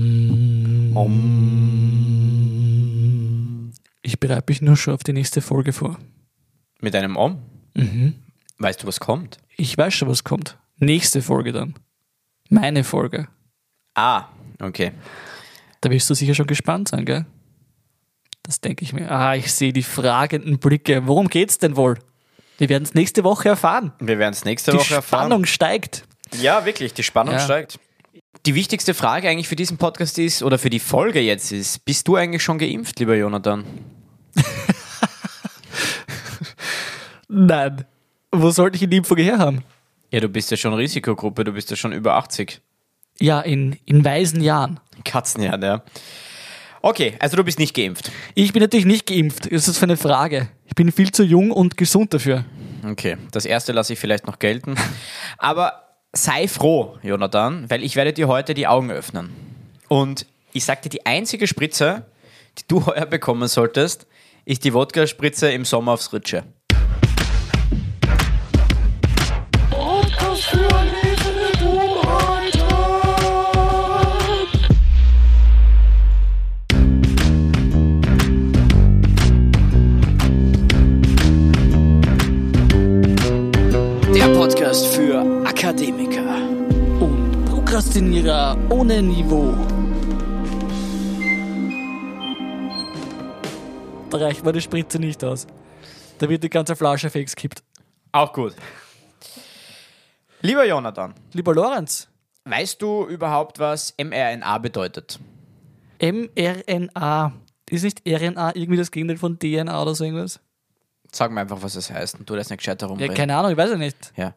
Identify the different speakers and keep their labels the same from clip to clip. Speaker 1: Om. Om.
Speaker 2: Ich bereite mich nur schon auf die nächste Folge vor.
Speaker 1: Mit einem Om?
Speaker 2: Mhm.
Speaker 1: Weißt du, was kommt?
Speaker 2: Ich weiß schon, was kommt. Nächste Folge dann. Meine Folge.
Speaker 1: Ah, okay.
Speaker 2: Da wirst du sicher schon gespannt sein, gell? Das denke ich mir. Ah, ich sehe die fragenden Blicke. Worum geht's denn wohl? Wir werden es nächste Woche erfahren.
Speaker 1: Wir werden es nächste
Speaker 2: die
Speaker 1: Woche erfahren.
Speaker 2: Spannung steigt.
Speaker 1: Ja, wirklich, die Spannung
Speaker 2: Ja.
Speaker 1: steigt. Die wichtigste Frage eigentlich für diesen Podcast ist, oder für die Folge jetzt ist, bist du eigentlich schon geimpft, lieber Jonathan?
Speaker 2: Nein. Wo sollte ich die Impfung herhaben?
Speaker 1: Ja, du bist ja schon Risikogruppe, du bist ja schon über 80.
Speaker 2: Ja, in, in weisen Jahren.
Speaker 1: Katzenjahr, ja. Okay, also du bist nicht geimpft.
Speaker 2: Ich bin natürlich nicht geimpft. Das ist für eine Frage. Ich bin viel zu jung und gesund dafür.
Speaker 1: Okay, das erste lasse ich vielleicht noch gelten. Aber sei froh, Jonathan, weil ich werde dir heute die Augen öffnen. Und ich sag dir, die einzige Spritze, die du heuer bekommen solltest, ist die Wodka-Spritze im Sommer aufs Ritsche.
Speaker 3: Podcast für erlesene Dummheiten.
Speaker 4: Der Podcast für Akademiker.
Speaker 2: Und Prokrastinierer ohne Niveau. Da reicht meine Spritze nicht aus. Da wird die ganze Flasche weggeskippt.
Speaker 1: Auch gut. Lieber Jonathan,
Speaker 2: Lieber Lorenz,
Speaker 1: weißt du überhaupt, was mRNA bedeutet?
Speaker 2: mRNA. Ist nicht RNA irgendwie das Gegenteil von DNA oder so irgendwas?
Speaker 1: Sag mir einfach, was es heißt und tu das nicht gescheiter
Speaker 2: Ja,
Speaker 1: rumreden.
Speaker 2: keine Ahnung, ich weiß ja nicht.
Speaker 1: ja.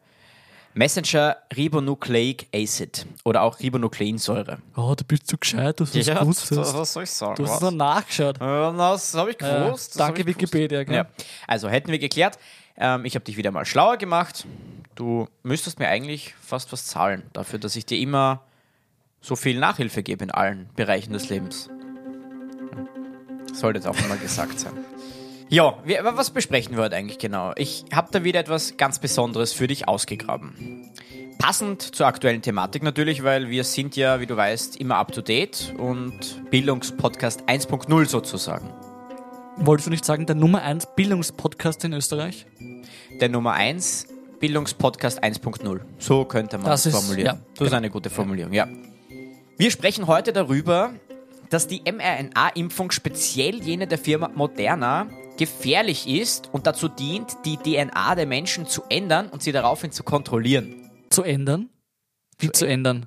Speaker 1: Messenger Ribonucleic Acid oder auch Ribonukleinsäure.
Speaker 2: Oh, du bist zu gescheit, dass du es gewusst hast.
Speaker 1: soll ich sagen?
Speaker 2: Du hast es dann nachgeschaut.
Speaker 1: Ja, na, Das habe ich
Speaker 2: Ja,
Speaker 1: gewusst. das hab
Speaker 2: danke
Speaker 1: ich gewusst.
Speaker 2: Wikipedia. Gell?
Speaker 1: Ja. Also hätten wir geklärt, ähm, ich habe dich wieder mal schlauer gemacht. Du müsstest mir eigentlich fast was zahlen dafür, dass ich dir immer so viel Nachhilfe gebe in allen Bereichen des Lebens. Sollte jetzt auch mal gesagt sein. Ja, wir, aber was besprechen wir heute eigentlich genau? Ich habe da wieder etwas ganz Besonderes für dich ausgegraben. Passend zur aktuellen Thematik natürlich, weil wir sind ja, wie du weißt, immer up to date und Bildungspodcast 1.0 sozusagen.
Speaker 2: Wolltest du nicht sagen, der Nummer 1 Bildungspodcast in Österreich?
Speaker 1: der Nummer 1 Bildungspodcast 1.0. So könnte man
Speaker 2: Das
Speaker 1: das
Speaker 2: ist-
Speaker 1: formulieren.
Speaker 2: ja,
Speaker 1: das ist eine gute Formulierung, ja. Wir sprechen heute darüber, dass die mRNA-Impfung, speziell jene der Firma Moderna, gefährlich ist und dazu dient, die DNA der Menschen zu ändern und sie daraufhin zu kontrollieren,
Speaker 2: Zu ändern? Wie zu, ändern?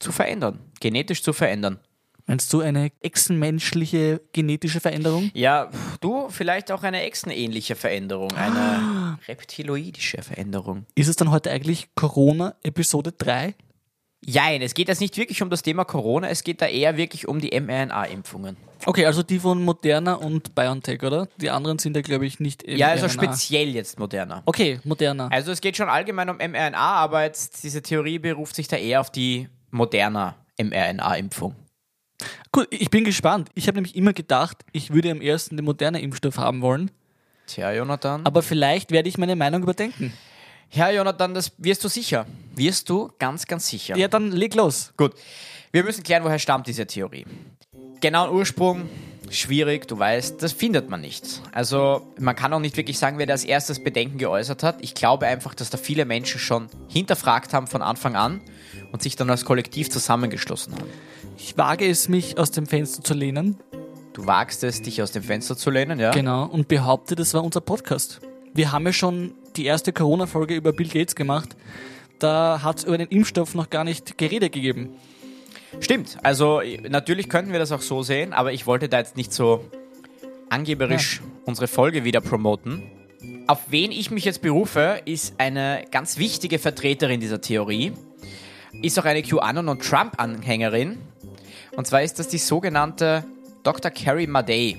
Speaker 1: zu verändern, genetisch zu verändern.
Speaker 2: Meinst du eine echsenmenschliche genetische Veränderung?
Speaker 1: Ja, du, vielleicht auch eine echsenähnliche Veränderung, eine reptiloidische Veränderung.
Speaker 2: Ist es dann heute eigentlich Corona Episode 3?
Speaker 1: Jein, es geht jetzt nicht wirklich um das Thema Corona, es geht da eher wirklich um die mRNA-Impfungen.
Speaker 2: Okay, also die von Moderna und BioNTech, oder? Die anderen sind ja, glaube ich, nicht im
Speaker 1: Ja, also
Speaker 2: RNA.
Speaker 1: speziell jetzt moderner.
Speaker 2: Okay, Moderna.
Speaker 1: Also es geht schon allgemein um mRNA, aber jetzt diese Theorie beruft sich da eher auf die moderner mRNA-Impfung.
Speaker 2: Gut, ich bin gespannt. Ich habe nämlich immer gedacht, ich würde am ersten den Moderna Impfstoff haben wollen,
Speaker 1: Tja, Jonathan.
Speaker 2: aber vielleicht werde ich meine Meinung überdenken.
Speaker 1: ja, Jonathan, das wirst du sicher. Wirst du ganz, ganz sicher.
Speaker 2: Ja, dann leg los.
Speaker 1: Gut. Wir müssen klären, woher stammt diese Theorie. Genauen Ursprung, schwierig, du weißt, das findet man nicht. Also man kann auch nicht wirklich sagen, wer das erstes Bedenken geäußert hat. Ich glaube einfach, dass da viele Menschen schon hinterfragt haben von Anfang an und sich dann als Kollektiv zusammengeschlossen haben.
Speaker 2: Ich wage es, mich aus dem Fenster zu lehnen.
Speaker 1: Du wagst es, dich aus dem Fenster zu lehnen, ja?
Speaker 2: Genau, und behaupte, das war unser Podcast. Wir haben ja schon die erste Corona-Folge über Bill Gates gemacht. Da hat es über den Impfstoff noch gar nicht Gerede gegeben.
Speaker 1: Stimmt. Also i- natürlich könnten wir das auch so sehen, aber ich wollte da jetzt nicht so angeberisch unsere Folge wieder promoten. Auf wen ich mich jetzt berufe, ist eine ganz wichtige Vertreterin dieser Theorie. Ist auch eine QAnon und Trump-Anhängerin. Und zwar ist das die sogenannte Dr. Carrie Madej,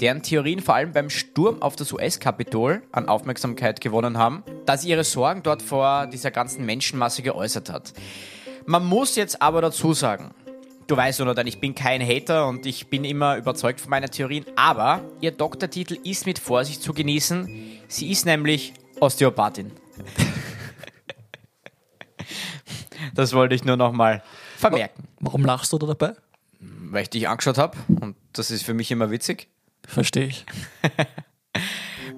Speaker 1: deren Theorien vor allem beim Sturm auf das US-Kapitol an Aufmerksamkeit gewonnen haben, da sie ihre Sorgen dort vor dieser ganzen Menschenmasse geäußert hat. Man muss jetzt aber dazu sagen, du weißt, Jonathan, ich bin kein Hater und ich bin immer überzeugt von meinen Theorien, aber ihr Doktortitel ist mit Vorsicht zu genießen. Sie ist nämlich Osteopathin. das wollte ich nur nochmal vermerken.
Speaker 2: Warum lachst du da dabei?
Speaker 1: weil ich dich angeschaut habe und das ist für mich immer witzig.
Speaker 2: Verstehe ich.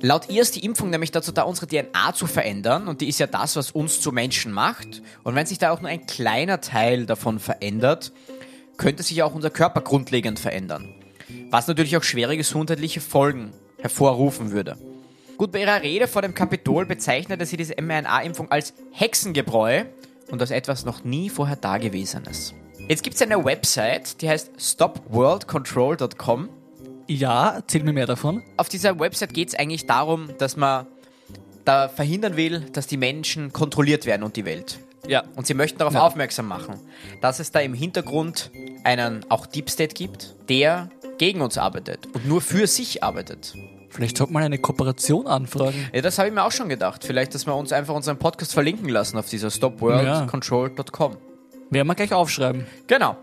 Speaker 1: Laut ihr ist die Impfung nämlich dazu da, unsere DNA zu verändern und die ist ja das, was uns zu Menschen macht. Und wenn sich da auch nur ein kleiner Teil davon verändert, könnte sich auch unser Körper grundlegend verändern. Was natürlich auch schwere gesundheitliche Folgen hervorrufen würde. Gut, bei ihrer Rede vor dem Kapitol bezeichnete sie diese mRNA-Impfung als Hexengebräu und als etwas noch nie vorher Dagewesenes. Jetzt gibt es eine Website, die heißt stopworldcontrol.com
Speaker 2: Ja, erzähl mir mehr davon.
Speaker 1: auf dieser Website geht es eigentlich darum, dass man da verhindern will, dass die Menschen kontrolliert werden und die Welt.
Speaker 2: Ja.
Speaker 1: Und sie möchten darauf aufmerksam machen, dass es da im Hintergrund einen auch Deep State gibt, der gegen uns arbeitet und nur für sich arbeitet.
Speaker 2: Vielleicht sollte man eine Kooperation anfragen.
Speaker 1: Ja, das habe ich mir auch schon gedacht. Vielleicht, dass wir uns einfach unseren Podcast verlinken lassen auf dieser
Speaker 2: Ja.
Speaker 1: stopworldcontrol.com.
Speaker 2: Werden wir gleich aufschreiben.
Speaker 1: Genau.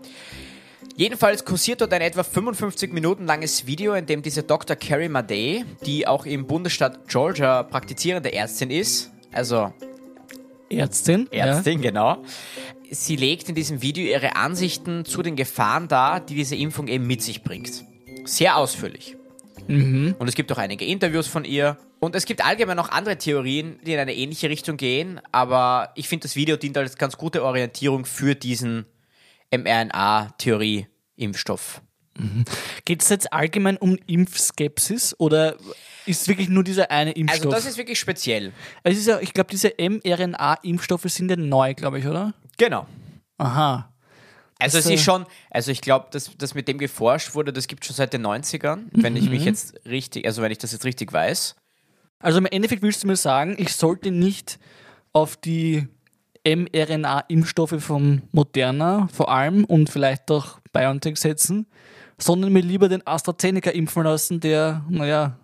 Speaker 1: Jedenfalls kursiert dort ein etwa 55 Minuten langes Video, in dem diese Dr. Carrie Madey, die auch im Bundesstaat Georgia praktizierende Ärztin ist, also
Speaker 2: Ärztin.
Speaker 1: Ärztin, genau, sie legt in diesem Video ihre Ansichten zu den Gefahren dar, die diese Impfung eben mit sich bringt. Sehr ausführlich. Und es gibt auch einige Interviews von ihr. Und es gibt allgemein noch andere Theorien, die in eine ähnliche Richtung gehen, aber ich finde, das Video dient als ganz gute Orientierung für diesen mRNA-Theorie-Impfstoff.
Speaker 2: Ja. Geht es jetzt allgemein um Impfskepsis oder ist wirklich nur dieser eine Impfstoff?
Speaker 1: Also das ist wirklich speziell.
Speaker 2: es ist ja, ich glaube, diese mRNA-Impfstoffe sind ja neu, glaube ich, oder?
Speaker 1: Genau.
Speaker 2: Aha.
Speaker 1: Also es
Speaker 2: Also-
Speaker 1: ist schon, also ich glaube, dass, dass mit dem geforscht wurde, das gibt schon seit den 90ern, wenn ich mich jetzt richtig, also wenn ich das jetzt richtig weiß.
Speaker 2: Also im Endeffekt willst du mir sagen, ich sollte nicht auf die mRNA-Impfstoffe von Moderna vor allem und vielleicht auch BioNTech setzen, sondern mir lieber den AstraZeneca impfen lassen, der, naja,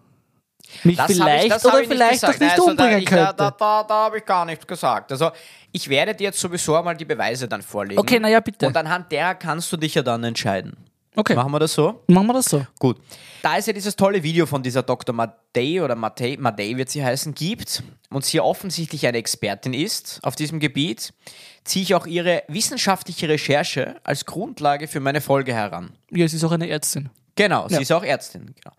Speaker 2: mich
Speaker 1: Das hab ich-
Speaker 2: vielleicht
Speaker 1: das hab
Speaker 2: oder
Speaker 1: ich
Speaker 2: vielleicht
Speaker 1: gesagt.
Speaker 2: auch nicht
Speaker 1: Also da,
Speaker 2: umbringen
Speaker 1: ich-
Speaker 2: könnte.
Speaker 1: Da, da, da habe ich gar nichts gesagt. Also ich werde dir jetzt sowieso einmal die Beweise dann vorlegen.
Speaker 2: Okay, naja, bitte.
Speaker 1: Und anhand derer kannst du dich ja dann entscheiden.
Speaker 2: okay,
Speaker 1: Machen wir das so?
Speaker 2: machen wir das so.
Speaker 1: Gut. Da es ja dieses tolle Video von dieser Dr. Madei oder Madei, Madei wird sie heißen, gibt und sie ja offensichtlich eine Expertin ist auf diesem Gebiet, ziehe ich auch ihre wissenschaftliche Recherche als Grundlage für meine Folge heran.
Speaker 2: Ja, es ist auch eine Ärztin.
Speaker 1: Genau, sie ist auch Ärztin. Genau.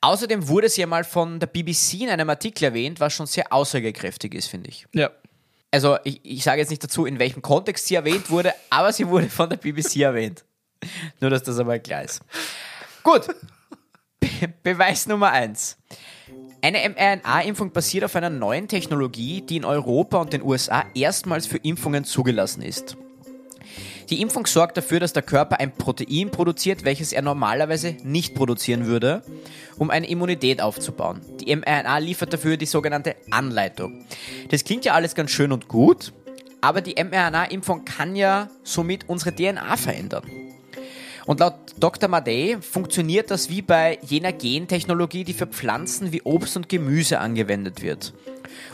Speaker 1: Außerdem wurde sie ja mal von der BBC in einem Artikel erwähnt, was schon sehr aussagekräftig ist, finde ich.
Speaker 2: Ja.
Speaker 1: Also ich, ich sage jetzt nicht dazu, in welchem Kontext sie erwähnt wurde, aber sie wurde von der BBC erwähnt. Nur, dass das einmal klar ist. Gut. Be Beweis Nummer eins: Eine mRNA-Impfung basiert auf einer neuen Technologie, die in Europa und den USA erstmals für Impfungen zugelassen ist. Die Impfung sorgt dafür, dass der Körper ein Protein produziert, welches er normalerweise nicht produzieren würde, um eine Immunität aufzubauen. Die mRNA liefert dafür die sogenannte Anleitung. Das klingt ja alles ganz schön und gut, aber die mRNA-Impfung kann ja somit unsere DNA verändern. Und laut Dr. Madej funktioniert das wie bei jener Gentechnologie, die für Pflanzen wie Obst und Gemüse angewendet wird.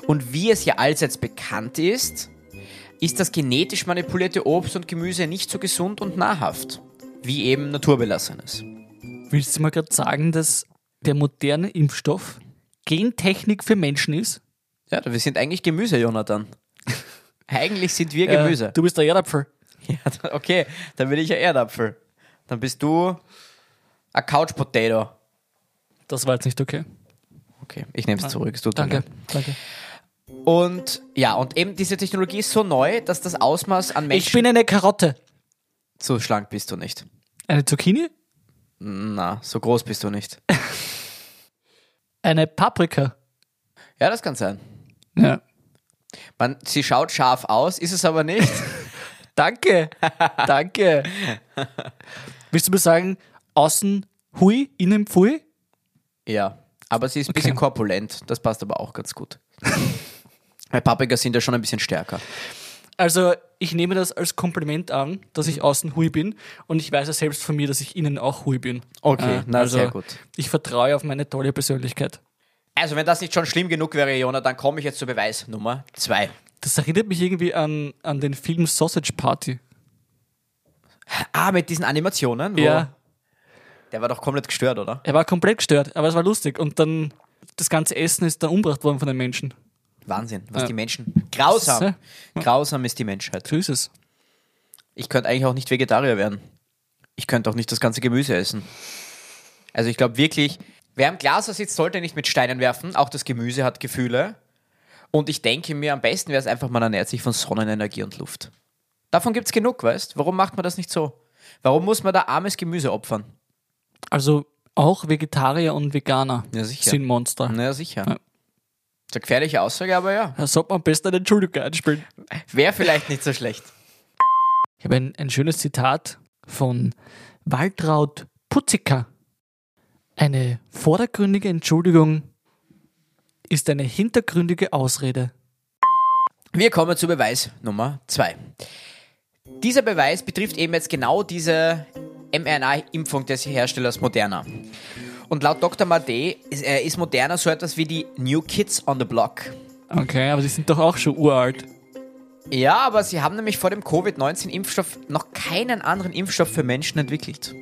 Speaker 1: Und wie es ja allseits bekannt ist, ist das genetisch manipulierte Obst und Gemüse nicht so gesund und nahrhaft, wie eben naturbelassenes.
Speaker 2: Willst du mal gerade sagen, dass der moderne Impfstoff Gentechnik für Menschen ist?
Speaker 1: Ja, wir sind eigentlich Gemüse, Jonathan. eigentlich sind wir Gemüse.
Speaker 2: Äh, du bist der Erdapfel.
Speaker 1: Ja, da- okay, dann bin ich ein Erdapfel. Dann bist du ein Couch Potato.
Speaker 2: Das war jetzt nicht okay.
Speaker 1: Okay, ich nehme es zurück. Es tut mir
Speaker 2: Ah, Danke.
Speaker 1: leid.
Speaker 2: Danke.
Speaker 1: Und ja, und eben diese Technologie ist so neu, dass das Ausmaß an Menschen.
Speaker 2: Ich bin eine Karotte.
Speaker 1: so schlank bist du nicht.
Speaker 2: Eine Zucchini?
Speaker 1: Na, so groß bist du nicht.
Speaker 2: Eine Paprika.
Speaker 1: Ja, das kann sein.
Speaker 2: Ja.
Speaker 1: Man, sie schaut scharf aus, ist es aber nicht.
Speaker 2: Danke. Danke. Willst du mir sagen, außen hui, innen pfui?
Speaker 1: ja, aber sie ist ein bisschen korpulent. Das passt aber auch ganz gut. Weil Paprika sind ja schon ein bisschen stärker.
Speaker 2: Also, ich nehme das als Kompliment an, dass ich außen hui bin. Und ich weiß ja selbst von mir, dass ich innen auch hui bin.
Speaker 1: Okay,
Speaker 2: Äh,
Speaker 1: na, sehr gut.
Speaker 2: Ich vertraue auf meine tolle Persönlichkeit.
Speaker 1: Also, wenn das nicht schon schlimm genug wäre, Jona, dann komme ich jetzt zur Beweis Nummer zwei.
Speaker 2: Das erinnert mich irgendwie an, an den Film Sausage Party.
Speaker 1: Ah, mit diesen Animationen? Wo
Speaker 2: Ja.
Speaker 1: Der war doch komplett gestört, oder?
Speaker 2: Oh. Er war komplett gestört, aber es war lustig. Und dann, das ganze Essen ist dann umgebracht worden von den Menschen.
Speaker 1: Wahnsinn, was
Speaker 2: Ja.
Speaker 1: die Menschen. Grausam.
Speaker 2: Siehste?
Speaker 1: Grausam ist die Menschheit.
Speaker 2: So ist es.
Speaker 1: Ich könnte eigentlich auch nicht Vegetarier werden. ich könnte auch nicht das ganze Gemüse essen. Also ich glaube wirklich, wer am Glas sitzt, sollte nicht mit Steinen werfen. Auch das Gemüse hat Gefühle. Und ich denke mir, am besten wäre es einfach, man ernährt sich von Sonnenenergie und Luft. Davon gibt es genug, weißt? Warum macht man das nicht so? Warum muss man da armes Gemüse opfern?
Speaker 2: Also auch Vegetarier und Veganer
Speaker 1: Ja, sicher. Mhm.
Speaker 2: sind Monster.
Speaker 1: Naja, sicher.
Speaker 2: Ja.
Speaker 1: Ist eine gefährliche Aussage, aber ja.
Speaker 2: Da sollte man am besten einen Entschuldiger einspielen.
Speaker 1: Wäre vielleicht nicht so schlecht.
Speaker 2: Ich habe ein, ein schönes Zitat von Waltraud Putziker. Eine vordergründige Entschuldigung ist eine hintergründige Ausrede.
Speaker 1: Wir kommen zu Beweis Nummer 2. Dieser Beweis betrifft eben jetzt genau diese mRNA-Impfung des Herstellers Moderna. Und laut Dr. Made ist, äh, ist Moderna so etwas wie die New Kids on the Block.
Speaker 2: Okay, aber die sind doch auch schon uralt.
Speaker 1: Ja, aber sie haben nämlich vor dem Covid-19-Impfstoff noch keinen anderen Impfstoff für Menschen entwickelt.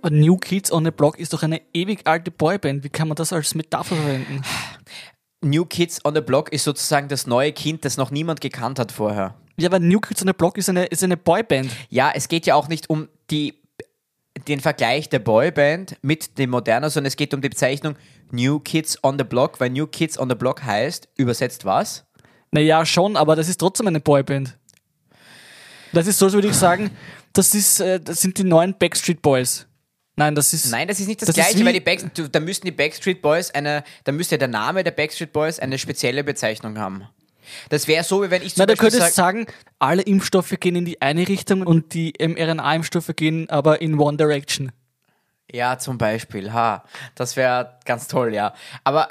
Speaker 2: Aber New Kids on the Block ist doch eine ewig alte Boyband. Wie kann man das als Metapher verwenden?
Speaker 1: New Kids on the Block ist sozusagen das neue Kind, das noch niemand gekannt hat vorher.
Speaker 2: Ja, aber New Kids on the Block ist eine, ist eine Boyband.
Speaker 1: Ja, es geht ja auch nicht um die, den Vergleich der Boyband mit dem Moderner, sondern es geht um die Bezeichnung New Kids on the Block, weil New Kids on the Block heißt, übersetzt was?
Speaker 2: Naja, schon, aber das ist trotzdem eine Boyband. Das ist so, als würde ich sagen, das, ist, äh, das sind die neuen Backstreet Boys. Nein, das ist.
Speaker 1: Nein, das ist nicht das,
Speaker 2: Das ist
Speaker 1: Gleiche,
Speaker 2: wie-
Speaker 1: weil die Back, du- da müssten die Backstreet Boys eine, da müsste der Name der Backstreet Boys eine spezielle Bezeichnung haben. Das wäre so, wie wenn ich zum
Speaker 2: Na, da
Speaker 1: Beispiel
Speaker 2: könntest du
Speaker 1: sage,
Speaker 2: sagen, alle Impfstoffe gehen in die eine Richtung und die mRNA-Impfstoffe gehen aber in One Direction.
Speaker 1: ja, zum Beispiel, ha, das wäre ganz toll, ja. Aber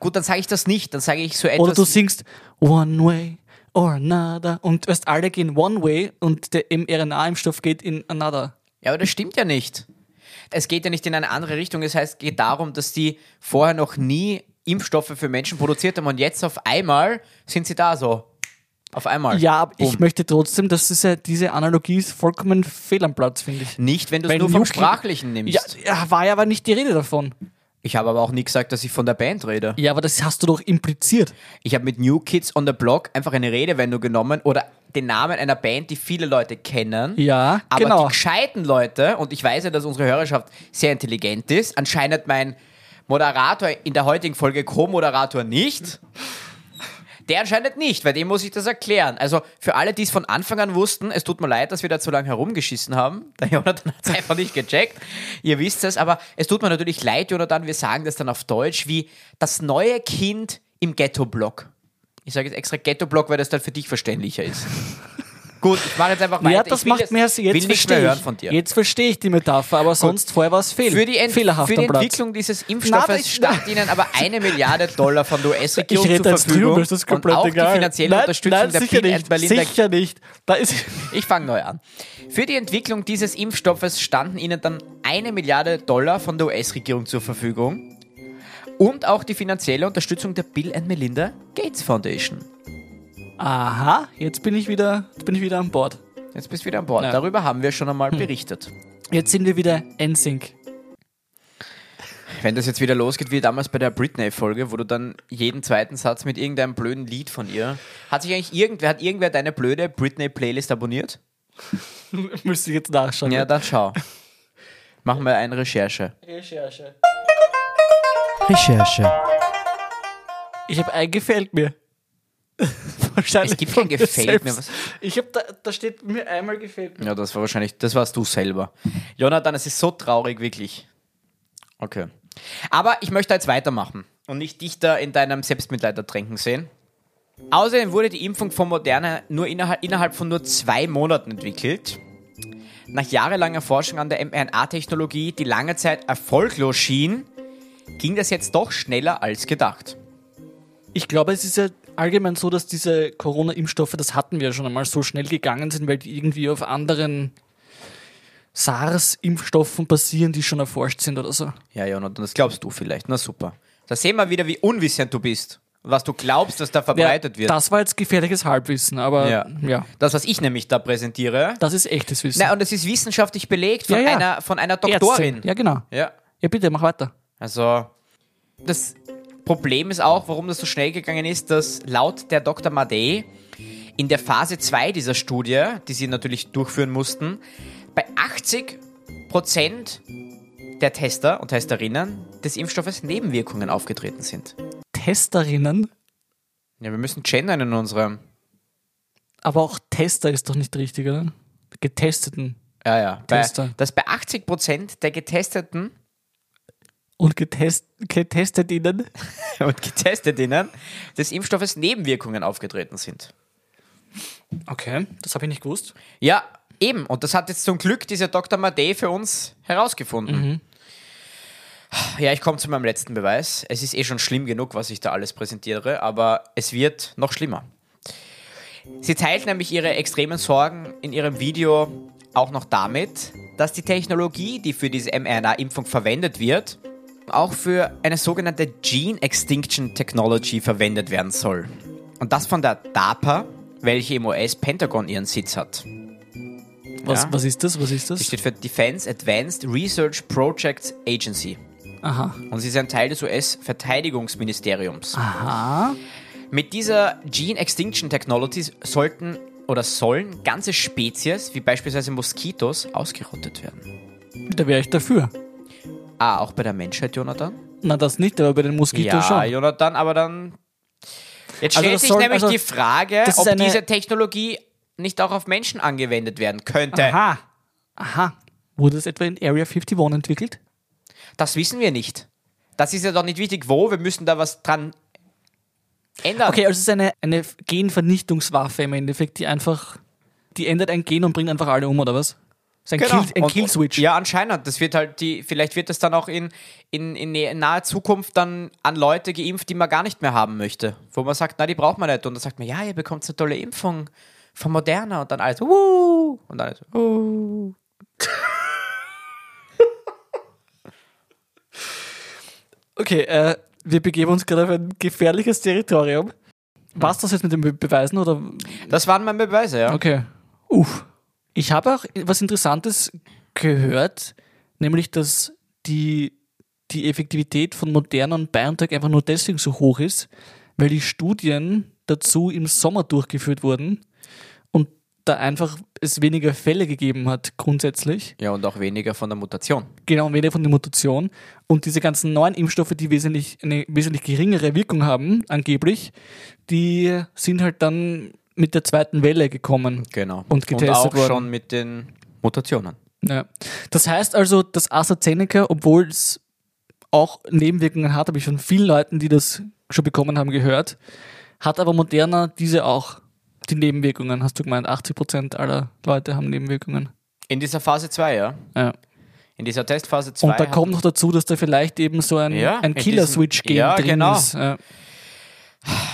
Speaker 1: gut, dann sage ich das nicht, dann sage ich so etwas.
Speaker 2: Oder du singst One Way or Another und weißt, alle gehen One Way und der mRNA-Impfstoff geht in Another.
Speaker 1: Ja, aber das stimmt ja nicht. Es geht ja nicht in eine andere Richtung. Es heißt, es geht darum, dass die vorher noch nie Impfstoffe für Menschen produziert haben und jetzt auf einmal sind sie da so. Auf einmal.
Speaker 2: Ja, aber ich
Speaker 1: Boom.
Speaker 2: möchte trotzdem, dass diese, diese Analogie ist vollkommen fehl am Platz, finde ich.
Speaker 1: Nicht, wenn du es
Speaker 2: Bei
Speaker 1: nur vom
Speaker 2: New Kid-
Speaker 1: Sprachlichen nimmst.
Speaker 2: Ja, ja, war ja aber nicht die Rede davon.
Speaker 1: Ich habe aber auch nie gesagt, dass ich von der Band rede.
Speaker 2: Ja, aber das hast du doch impliziert.
Speaker 1: Ich habe mit New Kids on the Block einfach eine Redewendung genommen oder den Namen einer Band, die viele Leute kennen.
Speaker 2: Ja,
Speaker 1: aber
Speaker 2: genau.
Speaker 1: die gescheiten Leute, und ich weiß ja, dass unsere Hörerschaft sehr intelligent ist, anscheinend hat mein Moderator in der heutigen Folge Co-Moderator nicht. Der anscheinend nicht, weil dem muss ich das erklären. Also für alle, die es von Anfang an wussten, es tut mir leid, dass wir da zu lange herumgeschissen haben. Der Jonathan hat es einfach nicht gecheckt. Ihr wisst es, aber es tut mir natürlich leid, Jonathan. Wir sagen das dann auf Deutsch wie das neue Kind im Ghetto-Block. Ich sage jetzt extra Ghetto-Block, weil das dann für dich verständlicher ist. Gut, ich mache jetzt einfach weiter.
Speaker 2: Ja, das
Speaker 1: ich will
Speaker 2: macht mir jetzt,
Speaker 1: will
Speaker 2: jetzt
Speaker 1: nichts mehr
Speaker 2: verstehe
Speaker 1: hören
Speaker 2: ich.
Speaker 1: von dir.
Speaker 2: Jetzt verstehe ich die Metapher, aber sonst vorher war es fehl.
Speaker 1: für die, Ent
Speaker 2: fehlerhaft
Speaker 1: für die
Speaker 2: am Platz.
Speaker 1: Entwicklung dieses
Speaker 2: Na,
Speaker 1: Impfstoffes
Speaker 2: das-
Speaker 1: stand ihnen aber eine Milliarde Dollar von der US-Regierung
Speaker 2: Ich
Speaker 1: zur
Speaker 2: rede jetzt drüber,
Speaker 1: Verfügung
Speaker 2: das ist
Speaker 1: und
Speaker 2: komplett
Speaker 1: auch
Speaker 2: egal.
Speaker 1: die finanzielle
Speaker 2: nein,
Speaker 1: Unterstützung
Speaker 2: nein,
Speaker 1: der
Speaker 2: sicher
Speaker 1: Bill
Speaker 2: nicht,
Speaker 1: and Melinda
Speaker 2: Sicher nicht. Da ist,
Speaker 1: Ich fange neu an. Für die Entwicklung dieses Impfstoffes standen ihnen dann eine Milliarde Dollar von der US-Regierung zur Verfügung und auch die finanzielle Unterstützung der Bill and Melinda Gates Foundation.
Speaker 2: aha, jetzt bin ich wieder, jetzt bin ich wieder an Bord.
Speaker 1: Jetzt bist du wieder an Bord.
Speaker 2: Ja. Hm.
Speaker 1: Darüber haben wir schon einmal berichtet.
Speaker 2: Jetzt sind wir wieder NSYNC.
Speaker 1: Wenn das jetzt wieder losgeht, wie damals bei der Britney-Folge, wo du dann jeden zweiten Satz mit irgendeinem blöden Lied von ihr. Hat sich eigentlich irgendwer, hat irgendwer deine blöde Britney-Playlist abonniert?
Speaker 2: Müsste ich jetzt nachschauen.
Speaker 1: Ja, dann schau. Machen wir eine Recherche.
Speaker 2: Recherche.
Speaker 1: Recherche.
Speaker 2: Ich habe ein gefällt mir. Wahrscheinlich
Speaker 1: Es gibt
Speaker 2: von
Speaker 1: kein gefällt mir,
Speaker 2: selbst. Ich habe da, da steht mir einmal gefällt mir.
Speaker 1: Ja, das war wahrscheinlich, das warst du selber. Jonathan, es ist so traurig, wirklich. Okay. Aber ich möchte jetzt weitermachen und nicht dich da in deinem Selbstmitleid ertränken sehen. Außerdem wurde die Impfung von Moderna nur innerhalb, innerhalb von nur zwei Monaten entwickelt. Nach jahrelanger Forschung an der mRNA-Technologie, die lange Zeit erfolglos schien, ging das jetzt doch schneller als gedacht.
Speaker 2: Ich glaube, es ist ja allgemein so, dass diese Corona-Impfstoffe, das hatten wir ja schon einmal, so schnell gegangen sind, weil die irgendwie auf anderen SARS-Impfstoffen basieren, die schon erforscht sind oder so.
Speaker 1: Ja, Jonathan, das glaubst du vielleicht. Na super. Da sehen wir wieder, wie unwissend du bist. Was du glaubst, dass da verbreitet wird.
Speaker 2: Das war jetzt gefährliches Halbwissen, aber
Speaker 1: Ja.
Speaker 2: ja.
Speaker 1: Äh, Das, was ich nämlich da präsentiere.
Speaker 2: Das ist echtes Wissen.
Speaker 1: Na, und es ist wissenschaftlich belegt von,
Speaker 2: Ja, ja.
Speaker 1: Einer, von einer
Speaker 2: Ärzte.
Speaker 1: Doktorin.
Speaker 2: Ja, genau.
Speaker 1: ja.
Speaker 2: Ja, bitte, mach weiter.
Speaker 1: Also, das Problem ist auch, warum das so schnell gegangen ist, dass laut der Dr. Madej in der Phase 2 dieser Studie, die sie natürlich durchführen mussten, bei 80 Prozent der Tester und Testerinnen des Impfstoffes Nebenwirkungen aufgetreten sind.
Speaker 2: Testerinnen,
Speaker 1: Ja, wir müssen gendern in unserem.
Speaker 2: aber auch Tester ist doch nicht richtig, oder? Getesteten
Speaker 1: Ja, ja. Bei,
Speaker 2: Tester.
Speaker 1: dass bei 80 Prozent der Getesteten
Speaker 2: und getest Getestetinnen.
Speaker 1: und Getestetinnen des Impfstoffes Nebenwirkungen aufgetreten sind.
Speaker 2: Okay, das habe ich nicht gewusst.
Speaker 1: Ja, eben. Und das hat jetzt zum Glück dieser Dr. Madej für uns herausgefunden. Ja, ich komme zu meinem letzten Beweis. Es ist eh schon schlimm genug, was ich da alles präsentiere, aber es wird noch schlimmer. Sie teilt nämlich ihre extremen Sorgen in ihrem Video auch noch damit, dass die Technologie, die für diese mRNA-Impfung verwendet wird, auch für eine sogenannte Gene Extinction Technology verwendet werden soll. Und das von der DARPA, welche im US-Pentagon ihren Sitz hat.
Speaker 2: Was,
Speaker 1: Ja.
Speaker 2: was ist das? Was ist
Speaker 1: Die
Speaker 2: das?
Speaker 1: steht für Defense Advanced Research Projects Agency.
Speaker 2: Aha.
Speaker 1: Und sie ist ein Teil des US-Verteidigungsministeriums. Aha. Mit dieser Gene Extinction Technology sollten oder sollen ganze Spezies, wie beispielsweise Moskitos, ausgerottet werden.
Speaker 2: Da wäre ich dafür.
Speaker 1: Ah, auch bei der Menschheit, Jonathan?
Speaker 2: Na, das nicht, aber bei den Moskitos
Speaker 1: ja,
Speaker 2: schon.
Speaker 1: Jonathan, aber dann. Jetzt
Speaker 2: Also
Speaker 1: stellt
Speaker 2: das
Speaker 1: sich
Speaker 2: soll-
Speaker 1: nämlich
Speaker 2: also
Speaker 1: die Frage,
Speaker 2: das ist
Speaker 1: ob
Speaker 2: eine-
Speaker 1: diese Technologie nicht auch auf Menschen angewendet werden könnte.
Speaker 2: Aha. Aha. Wurde das etwa in Area 51 entwickelt?
Speaker 1: Das wissen wir nicht. Das ist ja doch nicht wichtig, wo. Wir müssen da was dran ändern.
Speaker 2: Okay, also es ist eine, eine Genvernichtungswaffe im Endeffekt, die einfach, die ändert ein Gen und bringt einfach alle um, oder was? Das ist ein,
Speaker 1: Genau.
Speaker 2: Kill, ein
Speaker 1: Und-
Speaker 2: Killswitch.
Speaker 1: Ja, anscheinend. Das wird halt die, vielleicht wird das dann auch in, in, in nä- naher Zukunft dann an Leute geimpft, die man gar nicht mehr haben möchte. Wo man sagt, na, die braucht man nicht. Und dann sagt man, ja, ihr bekommt eine tolle Impfung von Moderna und dann alles, wuh, und dann alles, wuh.
Speaker 2: Okay, äh, wir begeben uns gerade auf ein gefährliches Territorium. Passt das jetzt mit den Be Beweisen oder?
Speaker 1: Das waren meine Beweise, ja.
Speaker 2: Okay. Uff. Ich habe auch was Interessantes gehört, nämlich dass die, die Effektivität von Moderna und BioNTech einfach nur deswegen so hoch ist, weil die Studien dazu im Sommer durchgeführt wurden und da einfach es weniger Fälle gegeben hat grundsätzlich.
Speaker 1: Ja, und auch weniger von der Mutation.
Speaker 2: Genau, weniger von der Mutation. Und diese ganzen neuen Impfstoffe, die wesentlich, eine wesentlich geringere Wirkung haben, angeblich, die sind halt dann mit der zweiten Welle gekommen.
Speaker 1: Genau.
Speaker 2: Und getestet
Speaker 1: auch
Speaker 2: worden.
Speaker 1: schon mit den Mutationen.
Speaker 2: Ja. Das heißt also, dass AstraZeneca, obwohl es auch Nebenwirkungen hat, habe ich von vielen Leuten, die das schon bekommen haben, gehört, hat aber Moderna diese auch, die Nebenwirkungen, hast du gemeint, 80% aller Leute haben Nebenwirkungen.
Speaker 1: In dieser Phase 2, ja.
Speaker 2: Ja.
Speaker 1: In dieser Testphase 2.
Speaker 2: Und da kommt noch dazu, dass da vielleicht eben so ein,
Speaker 1: Ja,
Speaker 2: ein
Speaker 1: in
Speaker 2: Killer-Switch-Game
Speaker 1: diesem- Ja,
Speaker 2: drin
Speaker 1: genau.
Speaker 2: ist. Ja.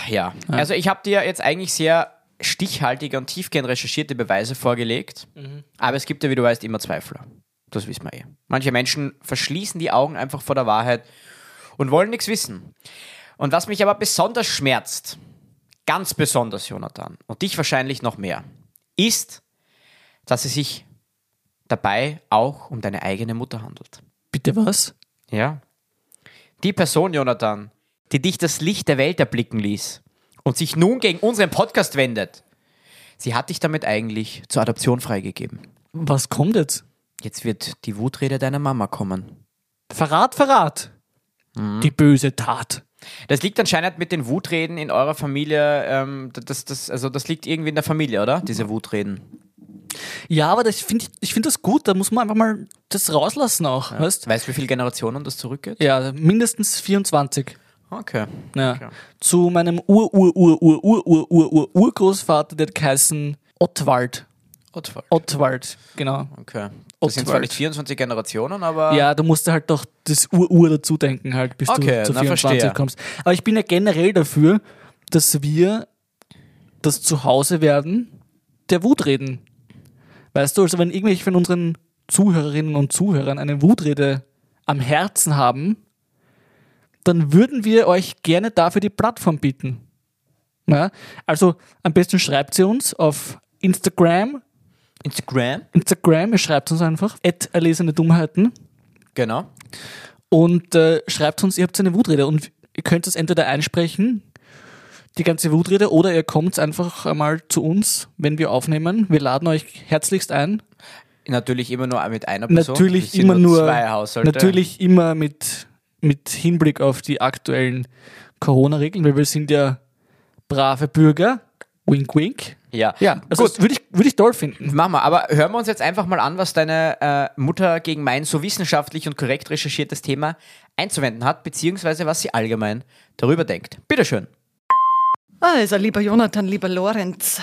Speaker 1: Ja, also ich habe dir jetzt eigentlich sehr stichhaltige und tiefgehend recherchierte Beweise vorgelegt, aber es gibt ja, wie du weißt, immer Zweifler. Das wissen wir eh. Manche Menschen verschließen die Augen einfach vor der Wahrheit und wollen nichts wissen. Und was mich aber besonders schmerzt, ganz besonders, Jonathan, und dich wahrscheinlich noch mehr, ist, dass es sich dabei auch um deine eigene Mutter handelt.
Speaker 2: Bitte was?
Speaker 1: Ja. Die Person, Jonathan, die dich das Licht der Welt erblicken ließ und sich nun gegen unseren Podcast wendet, sie hat dich damit eigentlich zur Adoption freigegeben.
Speaker 2: Was kommt jetzt?
Speaker 1: Jetzt wird die Wutrede deiner Mama kommen.
Speaker 2: Verrat, Verrat.
Speaker 1: Mhm.
Speaker 2: Die böse Tat.
Speaker 1: Das liegt anscheinend mit den Wutreden in eurer Familie, ähm, das, das, also das liegt irgendwie in der Familie, oder? Diese Wutreden.
Speaker 2: Ja, aber das find ich, ich finde das gut, da muss man einfach mal das rauslassen auch, weißt?
Speaker 1: Weißt du, wie viele Generationen das zurückgeht?
Speaker 2: Ja, mindestens 24.
Speaker 1: Okay.
Speaker 2: Ja.
Speaker 1: Okay.
Speaker 2: Zu meinem ur ur ur ur ur ur ur ur urgroßvater der hat geheißen Ottwald.
Speaker 1: Ottwald.
Speaker 2: Ottwald, genau.
Speaker 1: Okay. Das sind zwar
Speaker 2: Ottwald.
Speaker 1: nicht 24 Generationen, aber
Speaker 2: Ja, du musst halt doch das Ur-Ur dazu denken, halt, bis
Speaker 1: Okay,
Speaker 2: du zu
Speaker 1: na,
Speaker 2: 24
Speaker 1: verstehe.
Speaker 2: kommst. Aber ich bin ja generell dafür, dass wir das Zuhausewerden der Wutreden. Weißt du, also wenn irgendwelche von unseren Zuhörerinnen und Zuhörern eine Wutrede am Herzen haben, dann würden wir euch gerne dafür die Plattform bieten. Na, also am besten schreibt sie uns auf Instagram.
Speaker 1: Instagram.
Speaker 2: Instagram, ihr schreibt uns einfach, erlesene Dummheiten
Speaker 1: Genau.
Speaker 2: und äh, schreibt uns, ihr habt eine Wutrede und ihr könnt es entweder einsprechen, die ganze Wutrede, oder ihr kommt einfach einmal zu uns, wenn wir aufnehmen. Wir laden euch herzlichst ein.
Speaker 1: natürlich immer nur mit einer Person.
Speaker 2: natürlich
Speaker 1: Es sind
Speaker 2: immer nur,
Speaker 1: zwei Haushalte.
Speaker 2: natürlich immer mit, mit Hinblick auf die aktuellen Corona-Regeln, weil wir sind ja brave Bürger. Wink, wink.
Speaker 1: Ja.
Speaker 2: Ja, also
Speaker 1: Gut.
Speaker 2: das würde ich, würde ich toll finden.
Speaker 1: Machen wir, aber hören wir uns jetzt einfach mal an, was deine äh, Mutter gegen mein so wissenschaftlich und korrekt recherchiertes Thema einzuwenden hat, beziehungsweise was sie allgemein darüber denkt. Bitteschön.
Speaker 5: Ah, Also, lieber Jonathan, lieber Lorenz,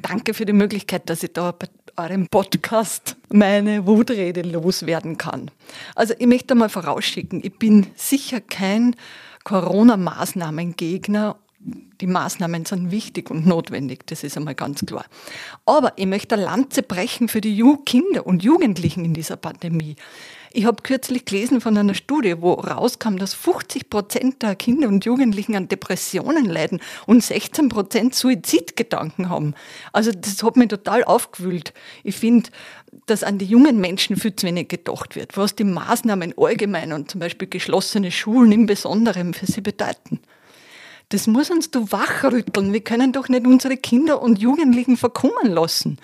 Speaker 5: danke für die Möglichkeit, dass ich da bei eurem Podcast meine Wutrede loswerden kann. Also, ich möchte mal vorausschicken, ich bin sicher kein Corona-Maßnahmen-Gegner. Die Maßnahmen sind wichtig und notwendig, das ist einmal ganz klar. Aber ich möchte eine Lanze brechen für die Ju Kinder und Jugendlichen in dieser Pandemie. Ich habe kürzlich gelesen von einer Studie, wo rauskam, dass 50 Prozent der Kinder und Jugendlichen an Depressionen leiden und 16 Prozent Suizidgedanken haben. Also das hat mich total aufgewühlt. Ich finde, dass an die jungen Menschen viel zu wenig gedacht wird, was die Maßnahmen allgemein und zum Beispiel geschlossene Schulen im Besonderen für sie bedeuten. Das muss uns du wachrütteln. Wir können doch nicht unsere Kinder und Jugendlichen verkommen lassen.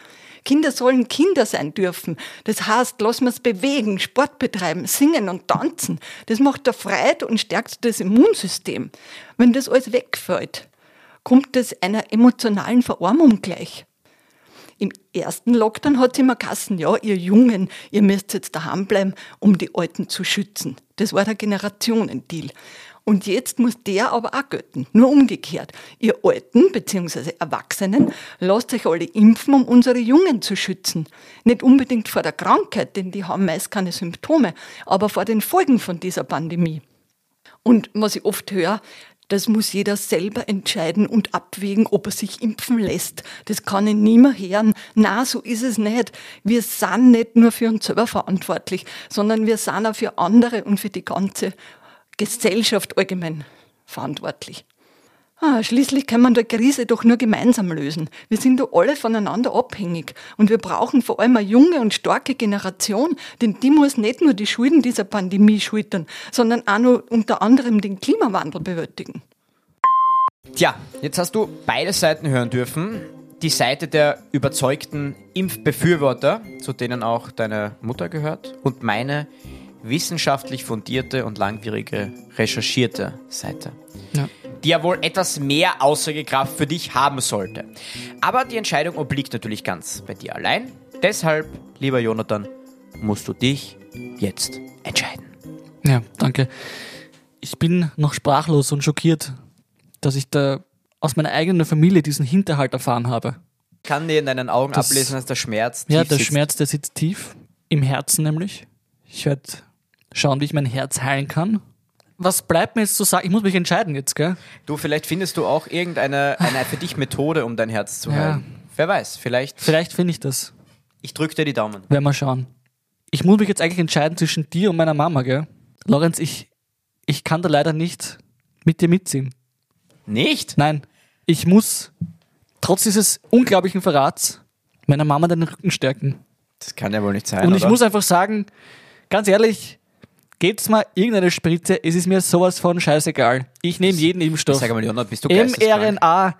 Speaker 5: Kinder sollen Kinder sein dürfen. Das heißt, lass uns bewegen, Sport betreiben, singen und tanzen. Das macht der Freiheit und stärkt das Immunsystem. Wenn das alles wegfällt, kommt das einer emotionalen Verarmung gleich. Im ersten Lockdown hat sie immer geheißen, ja, ihr Jungen, ihr müsst jetzt daheim bleiben, um die Alten zu schützen. Das war der Generationendeal. Und jetzt muss der aber auch gelten. Nur umgekehrt. Ihr Alten bzw. Erwachsenen lasst euch alle impfen, um unsere Jungen zu schützen. Nicht unbedingt vor der Krankheit, denn die haben meist keine Symptome, aber vor den Folgen von dieser Pandemie. Und was ich oft höre, das muss jeder selber entscheiden und abwägen, ob er sich impfen lässt. Das kann ich niemand hören. Na, so ist es nicht. Wir sind nicht nur für uns selber verantwortlich, sondern wir sind auch für andere und für die ganze Gesellschaft allgemein verantwortlich. Ah, schließlich kann man die Krise doch nur gemeinsam lösen. Wir sind doch alle voneinander abhängig. Und wir brauchen vor allem eine junge und starke Generation, denn die muss nicht nur die Schulden dieser Pandemie schultern, sondern auch noch unter anderem den Klimawandel bewältigen.
Speaker 1: Tja, jetzt hast du beide Seiten hören dürfen. Die Seite der überzeugten Impfbefürworter, zu denen auch deine Mutter gehört, und meine wissenschaftlich fundierte und langwierige recherchierte Seite,
Speaker 2: Ja.
Speaker 1: die ja wohl etwas mehr Aussagekraft für dich haben sollte. Aber die Entscheidung obliegt natürlich ganz bei dir allein. Deshalb, lieber Jonathan, musst du dich jetzt entscheiden.
Speaker 2: Ja, danke. Ich bin noch sprachlos und schockiert, dass ich da aus meiner eigenen Familie diesen Hinterhalt erfahren habe.
Speaker 1: Ich kann dir in deinen Augen
Speaker 2: Das-
Speaker 1: ablesen, dass der Schmerz
Speaker 2: Ja,
Speaker 1: tief
Speaker 2: der
Speaker 1: sitzt.
Speaker 2: Schmerz, der sitzt tief. Im Herzen nämlich. Ich werde schauen, wie ich mein Herz heilen kann. Was bleibt mir jetzt zu sagen? Ich muss mich entscheiden jetzt, gell?
Speaker 1: Du, vielleicht findest du auch irgendeine eine für dich Methode, um dein Herz zu
Speaker 2: Ja.
Speaker 1: heilen. Wer weiß, vielleicht.
Speaker 2: Vielleicht finde ich das.
Speaker 1: Ich drücke dir die Daumen.
Speaker 2: Werden wir schauen. Ich muss mich jetzt eigentlich entscheiden zwischen dir und meiner Mama, gell? Lorenz, ich, ich kann da leider nicht mit dir mitziehen.
Speaker 1: Nicht?
Speaker 2: Nein, ich muss trotz dieses unglaublichen Verrats meiner Mama den Rücken stärken.
Speaker 1: Das kann ja wohl nicht sein.
Speaker 2: Und ich
Speaker 1: oder?
Speaker 2: muss einfach sagen, ganz ehrlich, geht's mal irgendeine Spritze, es ist mir sowas von scheißegal. Ich nehme jeden Impfstoff.
Speaker 1: Sag mal, Leonard, bist du geisteskrank?
Speaker 2: mRNA,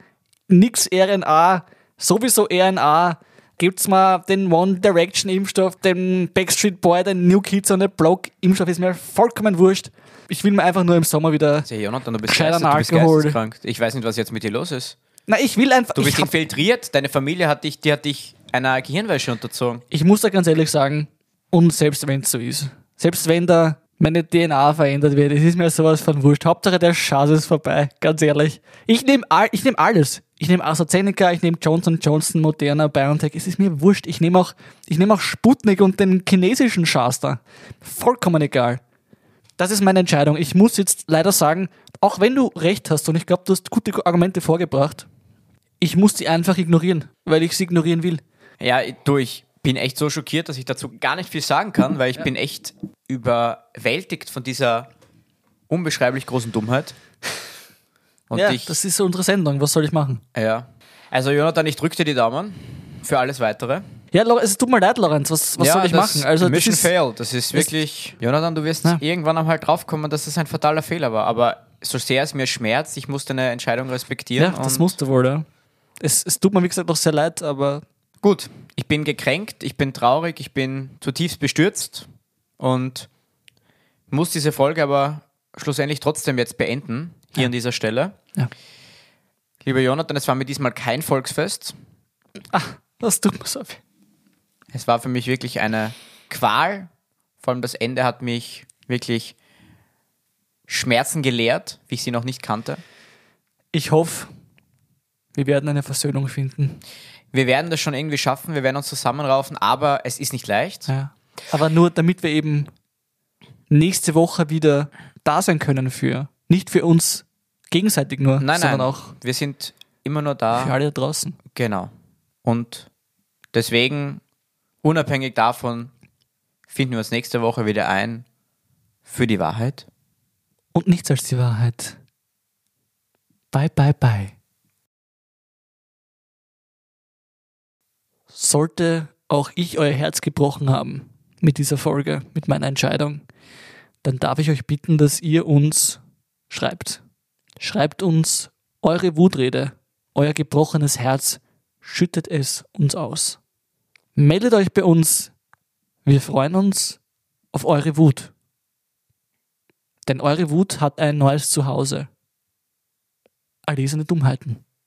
Speaker 2: nix RNA, sowieso RNA. Gibt's mal den One Direction Impfstoff, den Backstreet Boy, den New Kids on the Block Impfstoff, ist mir vollkommen wurscht. Ich will mir einfach nur im Sommer wieder.
Speaker 1: Hey, Jonathan, du bist,
Speaker 2: Gescheiter
Speaker 1: geistes, du bist
Speaker 2: Alkohol.
Speaker 1: geisteskrank. Ich weiß nicht, was jetzt mit dir los ist.
Speaker 2: Na, ich will einfach.
Speaker 1: Du bist
Speaker 2: ich, hab,
Speaker 1: infiltriert. Deine Familie hat dich, die hat dich einer Gehirnwäsche unterzogen.
Speaker 2: ich muss da ganz ehrlich sagen, und selbst wenn es so ist, selbst wenn da meine DNA verändert wird, es ist mir sowas von wurscht. Hauptsache der Schaß ist vorbei, ganz ehrlich. Ich nehme all, ich nehm alles. Ich nehme AstraZeneca, ich nehme Johnson Johnson, Moderna, BioNTech. Es ist mir wurscht. Ich nehme auch, ich nehm auch Sputnik und den chinesischen Schaß da. Vollkommen egal. Das ist meine Entscheidung. Ich muss jetzt leider sagen, auch wenn du recht hast und ich glaube, du hast gute Argumente vorgebracht, ich muss sie einfach ignorieren, weil ich sie ignorieren will.
Speaker 1: Ja, ich- du, ich bin echt so schockiert, dass ich dazu gar nicht viel sagen kann, weil ich bin echt überwältigt von dieser unbeschreiblich großen Dummheit. Und
Speaker 2: ja,
Speaker 1: ich,
Speaker 2: das ist so unsere Sendung. Was soll ich machen?
Speaker 1: ja. Also Jonathan, ich drücke dir die Daumen für alles Weitere.
Speaker 2: Ja, Lor- es tut mir leid, Lorenz. Was, was
Speaker 1: Ja,
Speaker 2: soll ich
Speaker 1: das-
Speaker 2: machen? Also, das
Speaker 1: Mission
Speaker 2: ist,
Speaker 1: Fail, das ist wirklich. Jonathan, du wirst
Speaker 2: Ja.
Speaker 1: irgendwann einmal halt draufkommen, dass das ein fataler Fehler war. Aber so sehr es mir schmerzt, ich muss deine Entscheidung respektieren.
Speaker 2: ja, das
Speaker 1: und-
Speaker 2: musst du wohl, ja. Es, es tut mir, wie gesagt, auch sehr leid, aber
Speaker 1: Gut, ich bin gekränkt, ich bin traurig, ich bin zutiefst bestürzt und muss diese Folge aber schlussendlich trotzdem jetzt beenden, hier an dieser Stelle.
Speaker 2: Ja.
Speaker 1: Lieber Jonathan, es war mir diesmal kein Volksfest.
Speaker 2: Das tut mir so weh.
Speaker 1: Es war für mich wirklich eine Qual. Vor allem das Ende hat mich wirklich Schmerzen gelehrt, wie ich sie noch nicht kannte.
Speaker 2: Ich hoffe, wir werden eine Versöhnung finden.
Speaker 1: Wir werden das schon irgendwie schaffen, wir werden uns zusammenraufen, aber es ist nicht leicht.
Speaker 2: Ja. Aber nur damit wir eben nächste Woche wieder da sein können für. Nicht für uns gegenseitig nur,
Speaker 1: Nein,
Speaker 2: sondern
Speaker 1: nein,
Speaker 2: auch
Speaker 1: wir sind immer nur
Speaker 2: für
Speaker 1: da.
Speaker 2: alle da draußen.
Speaker 1: Genau. Und deswegen, unabhängig davon, finden wir uns nächste Woche wieder ein für die Wahrheit.
Speaker 2: Und nichts als die Wahrheit. Bye, bye, bye. Sollte auch ich euer Herz gebrochen haben mit dieser Folge, mit meiner Entscheidung, dann darf ich euch bitten, dass ihr uns schreibt. Schreibt uns eure Wutrede, euer gebrochenes Herz, schüttet es uns aus. Meldet euch bei uns. Wir freuen uns auf eure Wut. Denn eure Wut hat ein neues Zuhause. All diese Dummheiten.